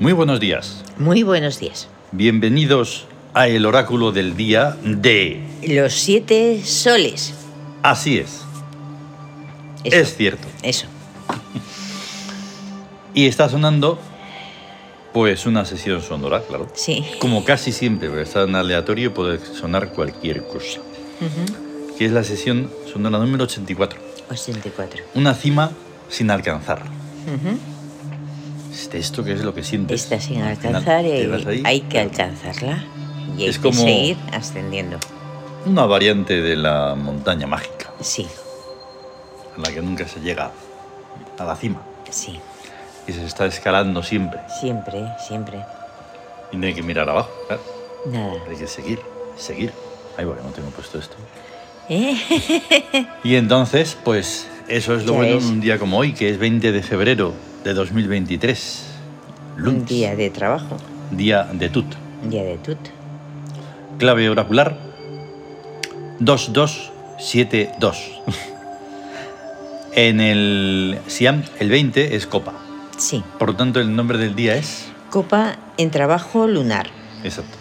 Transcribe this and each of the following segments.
Muy buenos días. Muy buenos días. Bienvenidos a el oráculo del día de... Los siete soles. Así es, Eso, es cierto. Eso. Y está sonando, pues, una sesión sonora, claro. Sí. Como casi siempre, porque está en aleatorio, puede sonar cualquier cosa. Que es la sesión sonora número 84. 84. Una cima sin alcanzar. Ujú. Este- ¿Esto qué es lo que sientes? Está sin Al final alcanzar te y vas ahí, hay que claro. alcanzarla. Y hay Es que como- seguir ascendiendo. Una variante de la montaña mágica, Sí, a la que nunca se llega a la cima. sí. Y se está escalando siempre. Siempre, siempre. Y no hay que mirar abajo, claro. Nada. Hay que seguir, seguir. Ahí bueno, no tengo puesto esto. ¿Eh? Y entonces, pues eso es lo Ya bueno es. en un día como hoy, que es 20 de febrero de 2023. Lunes, Un día de trabajo. día de Tut. Un día de tut. Clave oracular 2272. en el Siam, el 20 es copa. Sí. Por lo tanto, el nombre del día es. Copa en trabajo lunar. Exacto.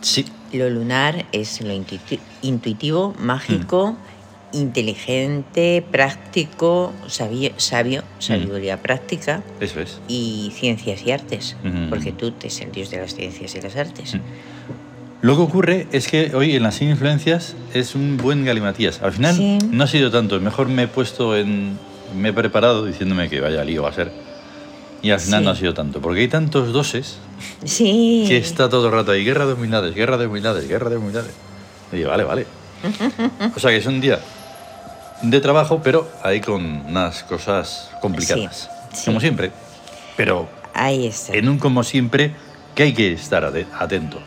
Sí, Lo lunar es lo intuiti- intuitivo, mágico, Mm. inteligente, práctico, sabio, sabio Mm. sabiduría práctica eso es. y ciencias y artes, Mm. porque tú te sentís de las ciencias y las artes. Mm. Lo que ocurre es que hoy en las influencias es un buen galimatías. Al final Sí. no ha sido tanto, mejor me he puesto en... me he preparado diciéndome que vaya lío va a ser. Y al final Sí. no ha sido tanto, porque hay tantos doses Sí. que está todo el rato ahí, guerra de humildades, guerra de humildades, guerra de humildades. Y yo, vale, vale. O sea que es un día de trabajo, pero ahí con unas cosas complicadas. Sí, sí. Como siempre. Pero Ahí está. en un como siempre que hay que estar ade- atento.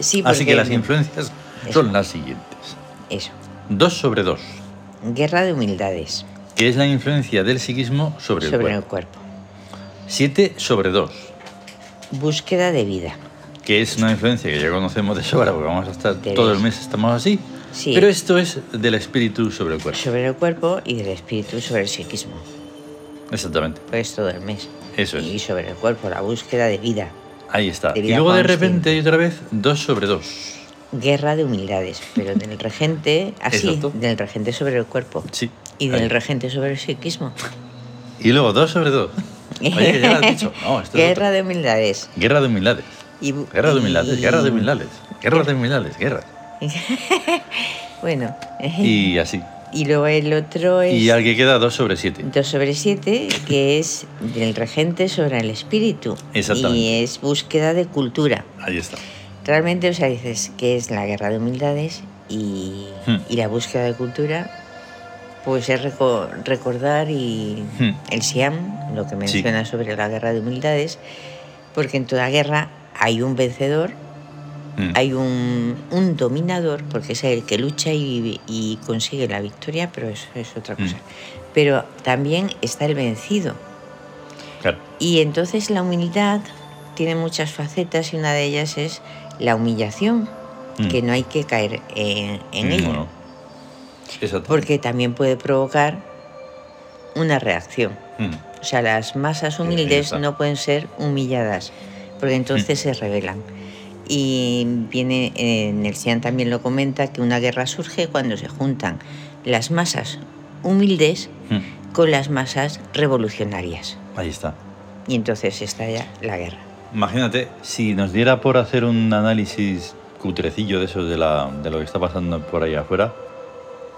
Sí, Así que porque- las influencias son Eso. las siguientes. Eso. 2 sobre 2, Guerra de humildades que es la influencia del psiquismo sobre, sobre el el cuerpo. cuerpo. 7 sobre 2, Búsqueda de vida. que es una influencia que ya conocemos de sobra, porque vamos a estar De todo el veras. mes estamos así. Sí. Pero esto es del espíritu sobre el cuerpo. Sobre el cuerpo y del espíritu sobre el psiquismo. Exactamente. Pues todo el mes. Eso es. Y sobre el cuerpo, la búsqueda de vida. Ahí está. De Y vida luego de consciente. repente hay otra vez 2 sobre 2. Guerra de humildades, pero del regente, así, Exacto. del regente sobre el cuerpo. Sí. Y ahí. del regente sobre el psiquismo. Y luego 2 sobre 2. Oye, ya lo has dicho. No, esto es Guerra otra. de humildades. Guerra de humildades. Y bu- Guerra de humildades, y- guerra de humildades. Guerra de humildades, guerra. Bueno, eh, y, Y así. luego el otro es Y al que queda 2 sobre 7. 2 sobre 7, que es del regente sobre el espíritu. Exactamente. Y es búsqueda de cultura. Ahí está. Realmente, o sea, dices que es la guerra de humildades y, Hmm. y la búsqueda de cultura, pues es reco- recordar y Hmm. el Siam, lo que Sí. menciona sobre la guerra de humildades, porque en toda guerra hay un vencedor, Mm. hay un, un dominador, porque es el que lucha y, y consigue la victoria, pero eso es otra cosa. Hmm. Pero también está el vencido. Claro. Y entonces la humildad tiene muchas facetas y una de ellas es la humillación, Mm. que no hay que caer en, en Mm, ella, bueno. Exacto. porque también puede provocar una reacción. Mm. O sea, las masas humildes está. Mm. no pueden ser humilladas, porque entonces se rebelan. Y viene, en el Sian también lo comenta, que una guerra surge cuando se juntan las masas humildes Mm. con las masas revolucionarias. Ahí está. Y entonces estalla la guerra. Imagínate, si nos diera por hacer un análisis cutrecillo de eso, de, la, de lo que está pasando por ahí afuera,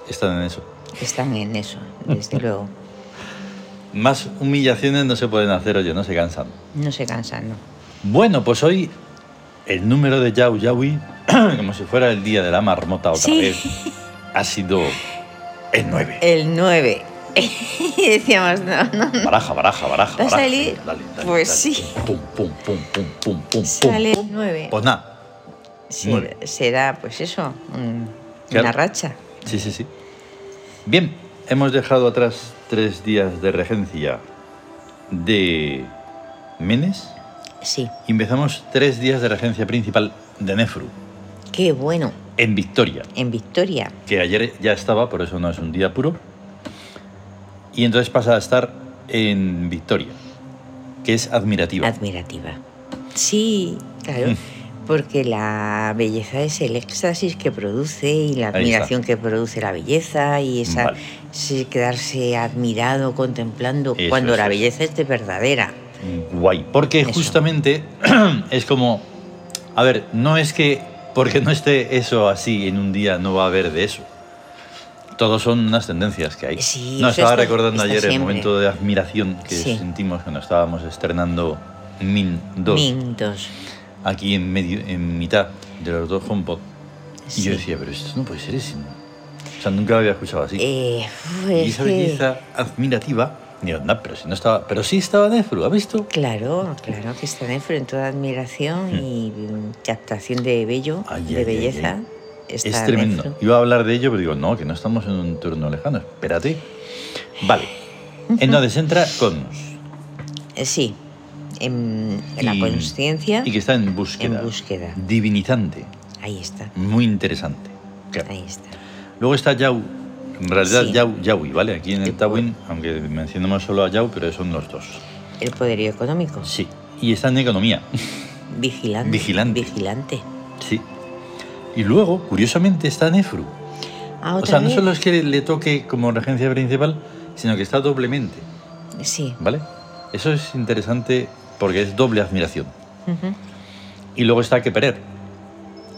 están en eso. Están en eso, desde luego. Más humillaciones no se pueden hacer, oye, no se cansan. No se cansan, ¿no? Bueno, pues hoy el número de Yau Yaui, como si fuera el día de la marmota otra Sí. vez, ha sido el 9. El 9. y decíamos, no, no, Baraja, baraja, baraja. ¿Va a baraja. salir? Venga, dale, dale, Pues dale. sí. Pum, pum, pum, pum, pum, pum, sale pum. el 9. Pues nada. nueve. será, pues eso, un- Claro. una racha. Sí, sí, sí. Bien, hemos dejado atrás tres días de regencia de Menes Sí, y empezamos tres días de regencia principal de Nefru qué bueno. en Victoria, En Victoria, que ayer ya estaba, por eso no es un día puro. Y entonces pasa a estar en Victoria, que que es admirativa. Admirativa. Sí, claro. Mm. Porque la belleza es el éxtasis que produce y Ahí la está. admiración que produce la belleza y esa Vale. sí, quedarse admirado contemplando Eso, cuando eso, la eso. belleza es de verdadera. Guay. Porque Eso. justamente es como. A ver, no es que porque no esté eso así en un día no va a haber de eso. Todos son unas tendencias que hay. Sí, no, eso estaba está- recordando está ayer el siempre. momento de admiración que Sí. sentimos cuando estábamos estrenando Min 2 Min dos. aquí en, medio, en mitad de los dos HomePod. Y yo Sí. decía, pero esto no puede ser así. O sea, nunca lo había escuchado así. Eh, uf, y es esa que- belleza admirativa. Digo, no, pero si no estaba. Pero sí estaba Nefru, ¿ha visto? Claro, claro que está en frente toda admiración Mm. y mm, captación de bello, Ay, de ay, ay, belleza. ay. Está Es en Este tremendo. Efru. Iba a hablar de ello, pero digo, no, que no estamos en un turno lejano. Espérate. Vale. Entonces entra Cons. Eh, Sí, en, en la Y- consciencia. Y que está en búsqueda. En búsqueda. Divinizante. Ahí está, Muy interesante. Claro. ahí está. Luego está Yau. En realidad, Sí. Yau, Yaui, ¿vale? Aquí en el El Tawin, aunque mencionamos solo a Yau, pero son los dos. El poderío económico. Sí. Y está en economía. Vigilante. Vigilante. Vigilante. Sí. Y luego, curiosamente, está Nefru. Ah, O otra sea, no vez. solo es que le toque como regencia principal, sino que está doblemente, Sí. ¿vale? Eso es interesante porque es doble admiración. ujú. Y luego está Keperer,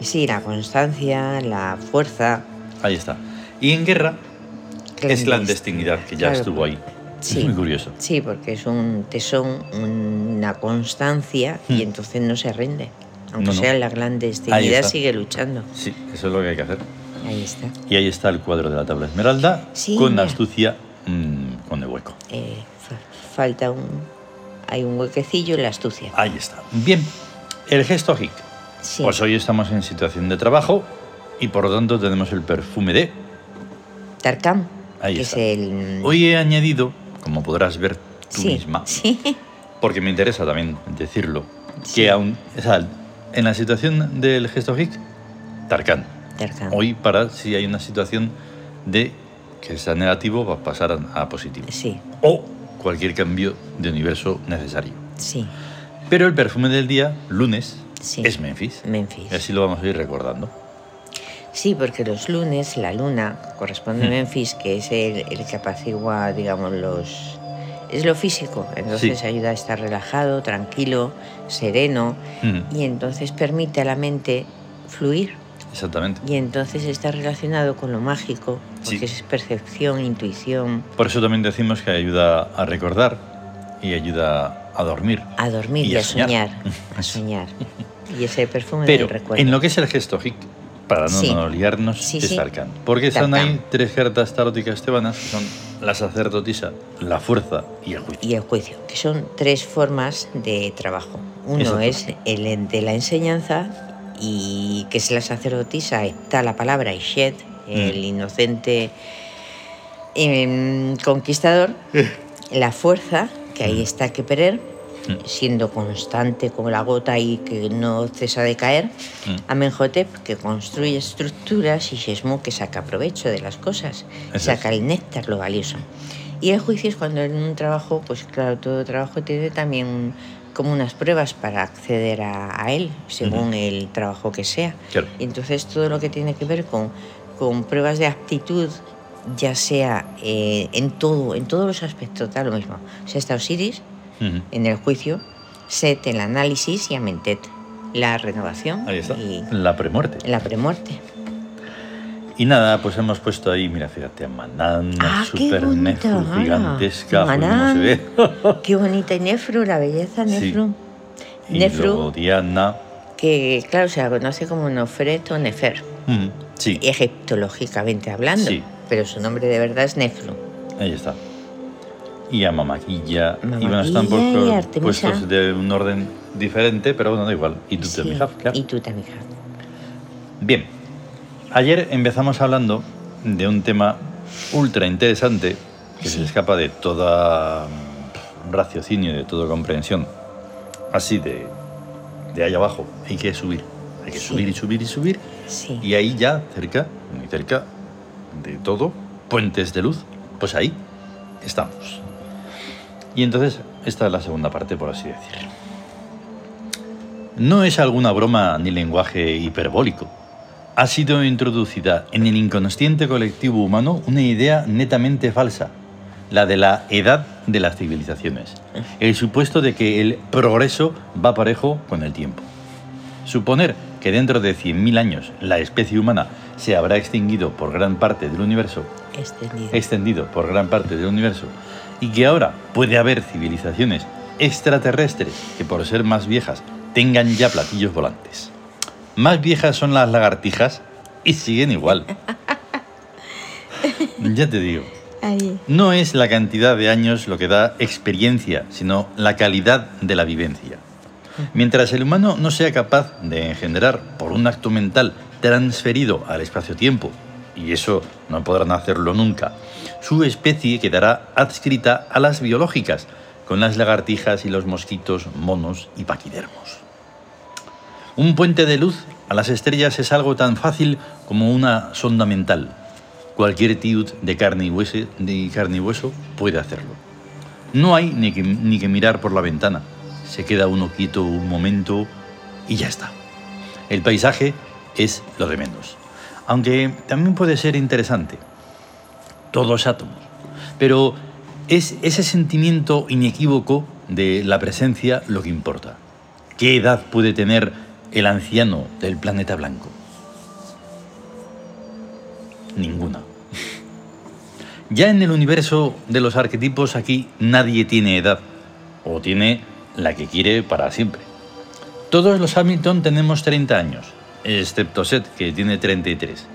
Sí, la constancia, la fuerza. ahí está. Y en guerra es clandestinidad, que ya Claro. estuvo ahí. Sí. Es muy curioso. Sí, porque es un tesón, una constancia Hmm. y entonces no se rinde. Aunque No, no. sea la Ahí clandestinidad, está. sigue luchando. Sí, eso es lo que hay que hacer. Ahí está. Y ahí está el cuadro de la tabla esmeralda, Sí, con mira. astucia, mm, con el hueco. Eh, fa- falta un. Hay un huequecillo en la astucia. Ahí está. Bien, el gesto hic. Sí. Pues hoy estamos en situación de trabajo y por lo tanto tenemos el perfume de... Tarkam, Ahí que está. es el. Hoy he añadido, como podrás ver tú sí, misma, Sí. porque me interesa también decirlo, Sí. que aún, o sea, en la situación del gesto hic, Tarkan. Tarkam. Hoy para si hay una situación de que sea negativo va a pasar a, a positivo. Sí, O cualquier cambio de universo necesario. sí. Pero el perfume del día, lunes, Sí. es Memphis. Memphis. Y así lo vamos a ir recordando. Sí, porque los lunes la luna corresponde a Mm. Memphis, que es el, el que apacigua, digamos, los... Es lo físico, entonces Sí. ayuda a estar relajado, tranquilo, sereno, Mm, y entonces permite a la mente fluir, exactamente. y entonces está relacionado con lo mágico, Sí. porque es percepción, intuición, Por eso también decimos que ayuda a recordar y ayuda a dormir. a dormir Y y, a a soñar, a soñar. Y ese perfume Pero del recuerdo. en lo que es el gesto hic, para no, Sí. no liarnos, Sí, es sí. Tarkan. Porque están Tarkan. ahí tres cartas taróticas tebanas, que son la sacerdotisa, la fuerza y el juicio. y el juicio, que son tres formas de trabajo. Uno es Exactamente. el en- de la enseñanza, y que es la sacerdotisa, está la palabra Ished, el Mm. inocente em, conquistador, la fuerza, que ahí está Keperer, Mm. siendo constante como la gota y que no cesa de caer, Mm. Amenhotep, que construye estructuras, y Shesmu, que saca provecho de las cosas, Eso es. saca el néctar, lo valioso. Y el juicio es cuando en un trabajo, pues claro, todo trabajo tiene también un- como unas pruebas para acceder a, a él, según Ujú. el trabajo que sea. Claro. Y entonces todo lo que tiene que ver con, con pruebas de aptitud, ya sea eh, en todo, en todos los aspectos, da lo mismo. O sea, está Osiris Ujú. en el juicio, Set el análisis y Amentet la renovación Ahí está. y La premuerte. la premuerte. Y nada, pues hemos puesto ahí, mira, fíjate, a Manán, Ah, qué super bonito, ah, gigantesca, pues, Manán. no se ve. Qué bonita y Nefru, la belleza Sí. Nefru. y Nefru, luego Diana. que claro, se la conoce como Nofret o Nefer, Mm, sí, egiptológicamente hablando, Sí. pero su nombre de verdad es Nefru. ahí está. Y a Mamaquilla. y bueno, Mamaquilla están y puesto- Artemisa. puestos de un orden diferente, pero bueno, da igual. Y tú Sí, te fijas, claro. Y tú también. hija. Bien, ayer empezamos hablando de un tema ultra interesante que se Sí. escapa de toda mm, raciocinio y de toda comprensión, así de, de ahí abajo. Hay que subir, hay que Sí. subir y subir y subir. Sí. Y ahí ya, cerca, muy cerca de todo, puentes de luz, pues ahí estamos. Y entonces, esta es la segunda parte, por así decir. No es alguna broma ni lenguaje hiperbólico. Ha sido introducida en el inconsciente colectivo humano una idea netamente falsa, la de la edad de las civilizaciones, el supuesto de que el progreso va parejo con el tiempo. Suponer que dentro de 100.000 años la especie humana se habrá extinguido por gran parte del universo Extendido. extendido por gran parte del universo y que ahora puede haber civilizaciones extraterrestres que por ser más viejas tengan ya platillos volantes. Más viejas son las lagartijas y siguen igual. Ya te digo, Ahí. no es la cantidad de años lo que da experiencia, sino la calidad de la vivencia. Mientras el humano no sea capaz de engendrar por un acto mental transferido al espacio-tiempo, y eso no podrán hacerlo nunca, su especie quedará adscrita a las biológicas, con las lagartijas y los mosquitos, monos y paquidermos. Un puente de luz a las estrellas es algo tan fácil como una sonda mental. Cualquier tiud de carne y huese- de carne y hueso puede hacerlo. No hay ni que, ni que mirar por la ventana. Se queda uno quieto un momento y ya está. El paisaje es lo de menos. Aunque también puede ser interesante. Todos átomos. Pero es ese sentimiento inequívoco de la presencia lo que importa. ¿Qué edad puede tener el anciano del planeta blanco? Ninguna. Ya en el universo de los arquetipos aquí nadie tiene edad, o tiene la que quiere para siempre. Todos los Hamilton tenemos 30 años, excepto Seth, que tiene 33.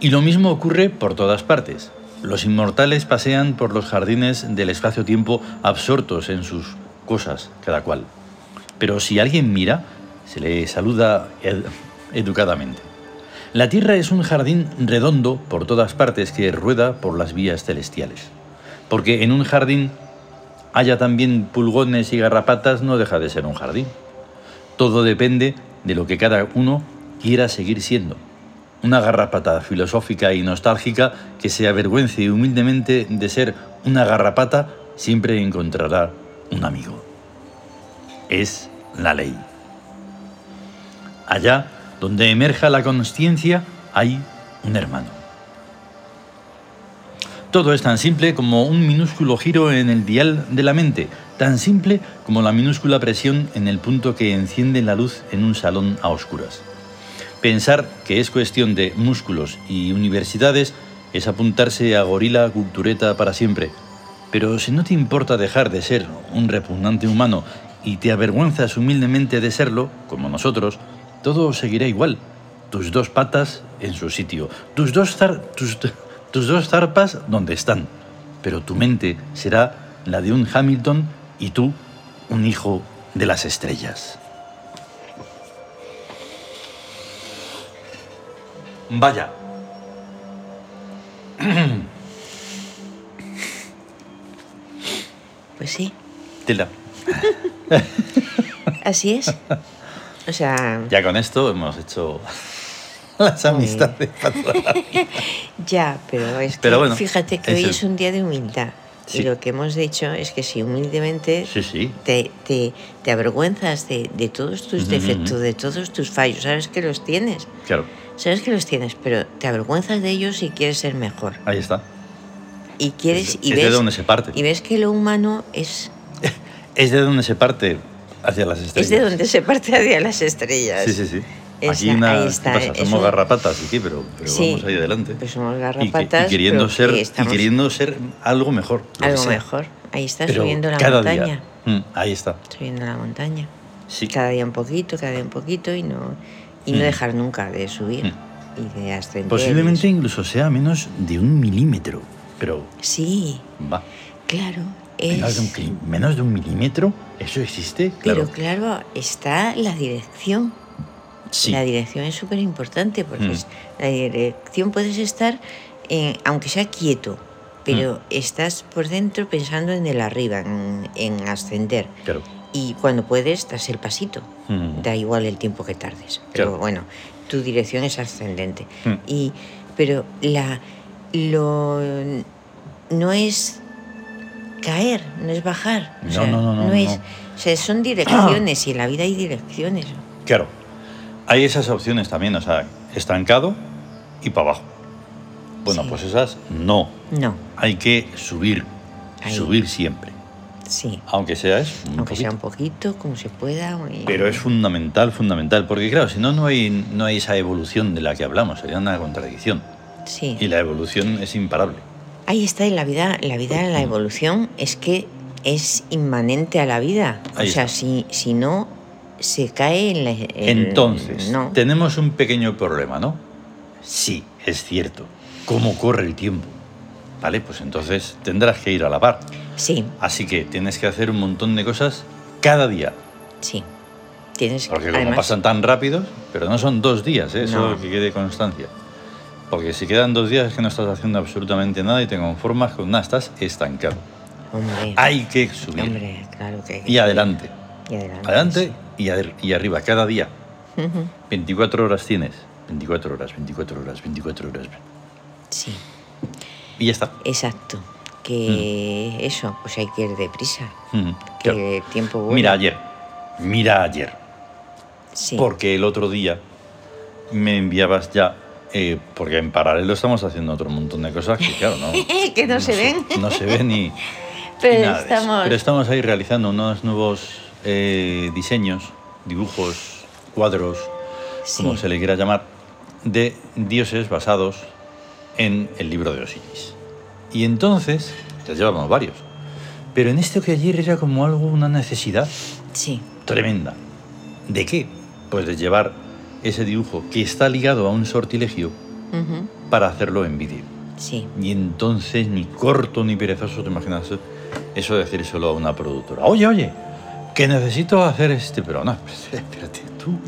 Y lo mismo ocurre por todas partes. Los inmortales pasean por los jardines del espacio-tiempo absortos en sus cosas, cada cual. Pero si alguien mira, se le saluda ed- educadamente. La Tierra es un jardín redondo por todas partes que rueda por las vías celestiales. Porque en un jardín haya también pulgones y garrapatas no deja de ser un jardín. Todo depende de lo que cada uno quiera seguir siendo. Una garrapata filosófica y nostálgica que se avergüence humildemente de ser una garrapata siempre encontrará un amigo. Es la ley. Allá donde emerja la conciencia hay un hermano. Todo es tan simple como un minúsculo giro en el dial de la mente, tan simple como la minúscula presión en el punto que enciende la luz en un salón a oscuras. Pensar que es cuestión de músculos y universidades es apuntarse a gorila cultureta para siempre. Pero si no te importa dejar de ser un repugnante humano y te avergüenzas humildemente de serlo, como nosotros, todo seguirá igual. Tus dos patas en su sitio, tus dos, zar- tus, tus dos zarpas donde están. Pero tu mente será la de un Hamilton y tú un hijo de las estrellas. Vaya. Pues sí, Tilda. así es. O sea, Ya con esto hemos hecho las amistades. ya, pero es que Pero bueno, fíjate que es hoy el- es un día de humildad. Sí. Y lo que hemos dicho es que si humildemente Sí, sí. te, te, te avergüenzas de, de todos tus Ujú, defectos, ujú. de todos tus fallos, sabes que los tienes, Claro. sabes que los tienes, pero te avergüenzas de ellos y quieres ser mejor. Ahí está. Y quieres es, y es de ves, donde se parte. y ves que lo humano es, Es de donde se parte hacia las es estrellas. de donde se parte hacia las estrellas. Sí, sí, sí. Es Aquí la- una, ahí ¿qué está, pasa? es Somos un- garrapatas, sí, sí, pero, pero Sí. vamos ahí adelante. Pues Y somos que- y, garrapatas. queriendo pero ser, que y estamos queriendo ser algo mejor. lo que algo sea. mejor. Ahí estás Pero subiendo la cada montaña. día. Mm, ahí está. Subiendo la montaña. Sí. Cada día un poquito, cada día un poquito y no, y no Mm. dejar nunca de subir y de ascender. y Posiblemente incluso sea menos de un milímetro. Pero eso. Sí, va. claro. Menos de un, Es, cli- menos de un milímetro, ¿eso existe? Claro. Pero claro, está la dirección. sí. La dirección es súper importante porque Mm. es- la dirección puedes estar, en- aunque sea quieto, Mm. pero estás por dentro pensando en el arriba, en, en ascender. Claro. Y cuando puedes, das el pasito. Mm. Da igual el tiempo que tardes. Pero Claro. bueno, tu dirección es ascendente. Mm. Y, pero la, lo, no es caer, no es bajar. O No, sea, no, no, no, es, no. O sea, son direcciones y en la vida hay direcciones. Claro, hay esas opciones también, o sea, estancado y para abajo. Bueno, Sí. pues esas no. No, Hay que subir, Ahí. subir siempre, sí. aunque sea eso. un Aunque sea un poquito. poquito, como se pueda. y- Pero es fundamental, fundamental, porque claro, si no, no hay, no hay esa evolución de la que hablamos, sería una contradicción. Sí. Y la evolución es imparable. Ahí está, y la vida, la vida, la evolución es que es inmanente a la vida. Ahí o sea, está. si, si no, se cae en la. el- Entonces, Eh, No. tenemos un pequeño problema, ¿no? Sí, es cierto. ¿Cómo corre el tiempo? Vale, pues entonces tendrás que ir a la par. Sí, Así que tienes que hacer un montón de cosas cada día. sí. Tienes Porque como además, pasan tan rápidos, pero no son dos días, ¿eh? No. eso que quede constancia. Porque si quedan dos días es que no estás haciendo absolutamente nada y te conformas con nada, estás estancado. Hombre, Hay que subir. hombre, claro que. Y adelante. y adelante. Adelante y, adr- y arriba, cada día. sí. Ujú, 24 horas tienes. 24 horas, 24 horas, 24 horas. Sí, Y ya está. exacto. Que eso, pues hay que ir deprisa. Ujú, Que Mm. claro. el tiempo vuela. Mira ayer. Mira ayer. sí. Porque el otro día me enviabas ya, eh, porque en paralelo estamos haciendo otro montón de cosas que, claro, no. Que no se ven. No se ven ni. ni Pero nada de eso. estamos- Pero estamos ahí realizando unos nuevos eh, diseños, dibujos, cuadros, Sí. como se le quiera llamar, de dioses basados en el libro de Osiris. Y entonces, ya llevamos varios. Pero en esto que ayer era como algo, una necesidad Sí, tremenda. ¿De qué? Pues de llevar ese dibujo que está ligado a un sortilegio ujú, para hacerlo en vídeo. sí. Y entonces, ni corto ni perezoso, ¿te imaginas eso de decir solo a una productora? Oye, oye, que necesito hacer este, pero no, espérate tú.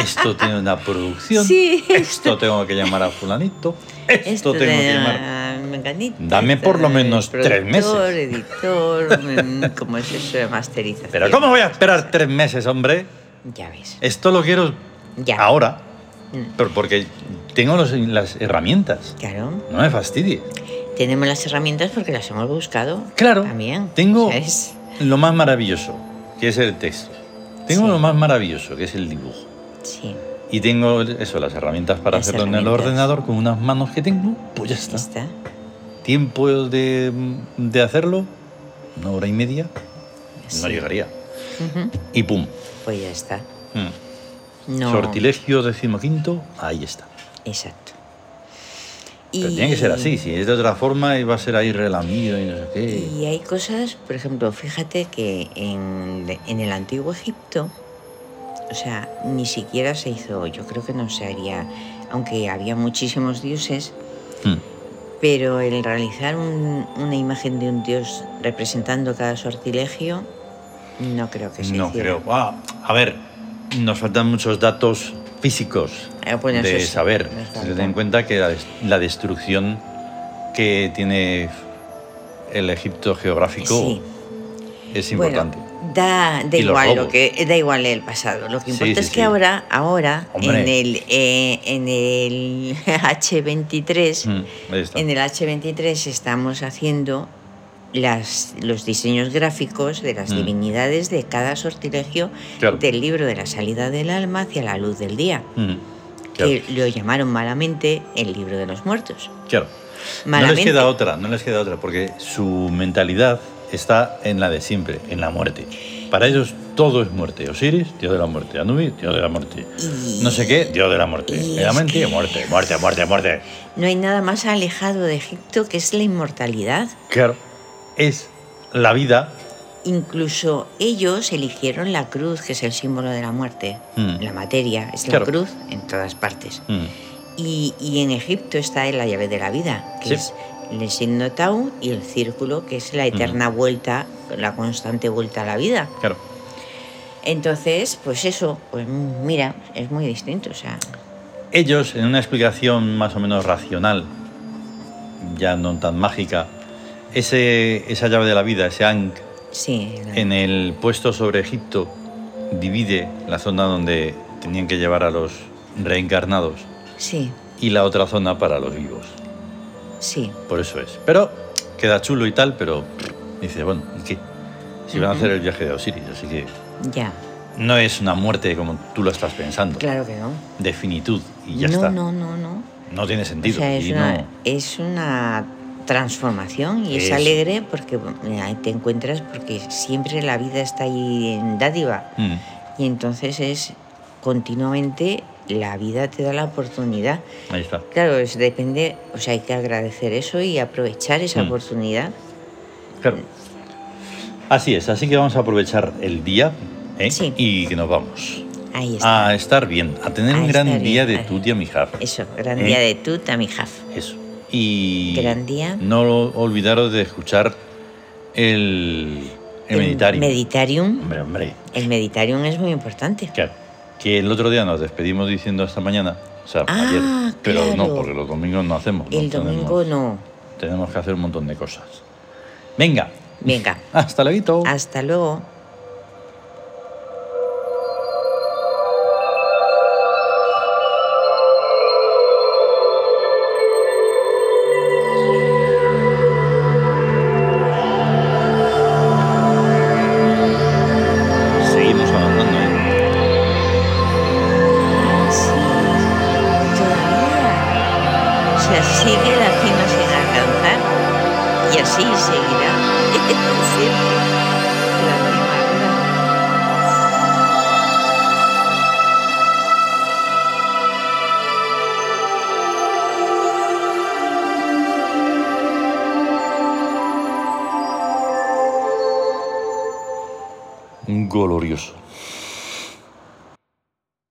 Esto tiene una producción. Sí. Esto tengo que llamar a fulanito. Esto, tengo de- que llamar. ah, me encanta, Dame esto por lo de menos tres meses. productor, editor, mm, ¿cómo es eso de masterización? Pero ¿cómo voy a esperar tres meses, hombre? Ya ves. Esto lo quiero Ya. ahora, Mm, pero porque tengo los- las herramientas. Claro. No me fastidies. Tenemos las herramientas porque las hemos buscado. Claro. También. Tengo O sea, es- lo más maravilloso, que es el texto. Tengo Sí. lo más maravilloso, que es el dibujo. Sí. Y tengo eso, las herramientas para Las hacerlo en el herramientas. ordenador con unas manos que tengo, pues ya ya está. Está. Tiempo de, de hacerlo, una hora y media, no Sí. llegaría. Ujú, Y pum. Pues ya está. Mm. No. Sortilegio decimoquinto, ahí está. Exacto. Pero tiene que ser así, si es de otra forma iba a ser ahí relamido y no sé qué. Y hay cosas, por ejemplo, fíjate que en, en el antiguo Egipto, o sea, ni siquiera se hizo, yo creo que no se haría, aunque había muchísimos dioses, Mm. pero el realizar un- una imagen de un dios representando cada sortilegio, no creo que se No hiciera. creo. Ah, a ver, nos faltan muchos datos físicos Eh, bueno, eso de sí, saber. nos Se falta. ten en cuenta que la, des- la destrucción que tiene el Egipto geográfico Sí. es Bueno, importante. da, da Y los igual lo robos. que da igual el pasado. Lo que Sí, importa sí, es que sí. ahora, ahora Hombre. en el eh, en el H23, Mm, ahí está. en el H23 estamos haciendo las, los diseños gráficos de las Mm. divinidades de cada sortilegio Claro. del libro de la salida del alma hacia la luz del día, Mm, claro, que lo llamaron malamente el libro de los muertos. claro. No les Malamente. queda otra, no les queda otra, porque su mentalidad está en la de siempre, en la muerte. Para ellos todo es muerte. Osiris, dios de la muerte. Anubis, dios de la muerte. Y- No sé qué, dios de la muerte. y Era es mentira, que- muerte, muerte, muerte, muerte. No hay nada más alejado de Egipto que es la inmortalidad. Claro, es la vida. Incluso ellos eligieron la cruz, que es el símbolo de la muerte. Mm. La materia es Claro. la cruz en todas partes. Mm, Y, y en Egipto está en la llave de la vida, que Sí. es el signo Tau y el círculo, que es la eterna vuelta, la constante vuelta a la vida. Claro. Entonces, pues eso, pues mm, mira, es muy distinto. O sea, Ellos, en una explicación más o menos racional, ya no tan mágica, ese, esa llave de la vida, ese Ankh, sí, la- en el puesto sobre Egipto, divide la zona donde tenían que llevar a los reencarnados sí, y la otra zona para los vivos. sí, Por eso es. Pero queda chulo y tal, pero Dice, bueno, ¿y qué? Si van a hacer el viaje de Osiris, así que Ya, no es una muerte como tú lo estás pensando, claro que no. de finitud y ya no, está. no, no, no. No tiene O sentido. sea, es y una, no- es una transformación y es, Eso. alegre porque mira, te encuentras porque siempre la vida está ahí en dádiva. Mm, Y entonces es continuamente la vida te da la oportunidad. ahí está. Claro, es, depende, o sea, hay que agradecer eso y aprovechar esa Mm. oportunidad. Claro. Así es, así que vamos a aprovechar el día ¿eh? Sí. y que nos vamos. Ahí está. A estar bien, a tener A un estar gran día bien, de a- tu tía, mi Eso, gran ¿Eh? día de tu Tamijaf. Eso. Y Gran día. no lo- olvidaros de escuchar el, el, meditarium. Meditarium. Hombre, hombre. El meditarium es muy importante. Claro. Que el otro día nos despedimos diciendo hasta mañana. O sea, Ah, ayer. Pero no, claro. porque los domingos no hacemos. no El domingo tenemos, no. tenemos que hacer un montón de cosas. Venga. Venga, Hasta luego. hasta luego. Seguimos avanzando. ¿eh? Sí, todavía. O sea, sigue la cima sin alcanzar y así seguirá. Siempre. La misma hora. Glorioso.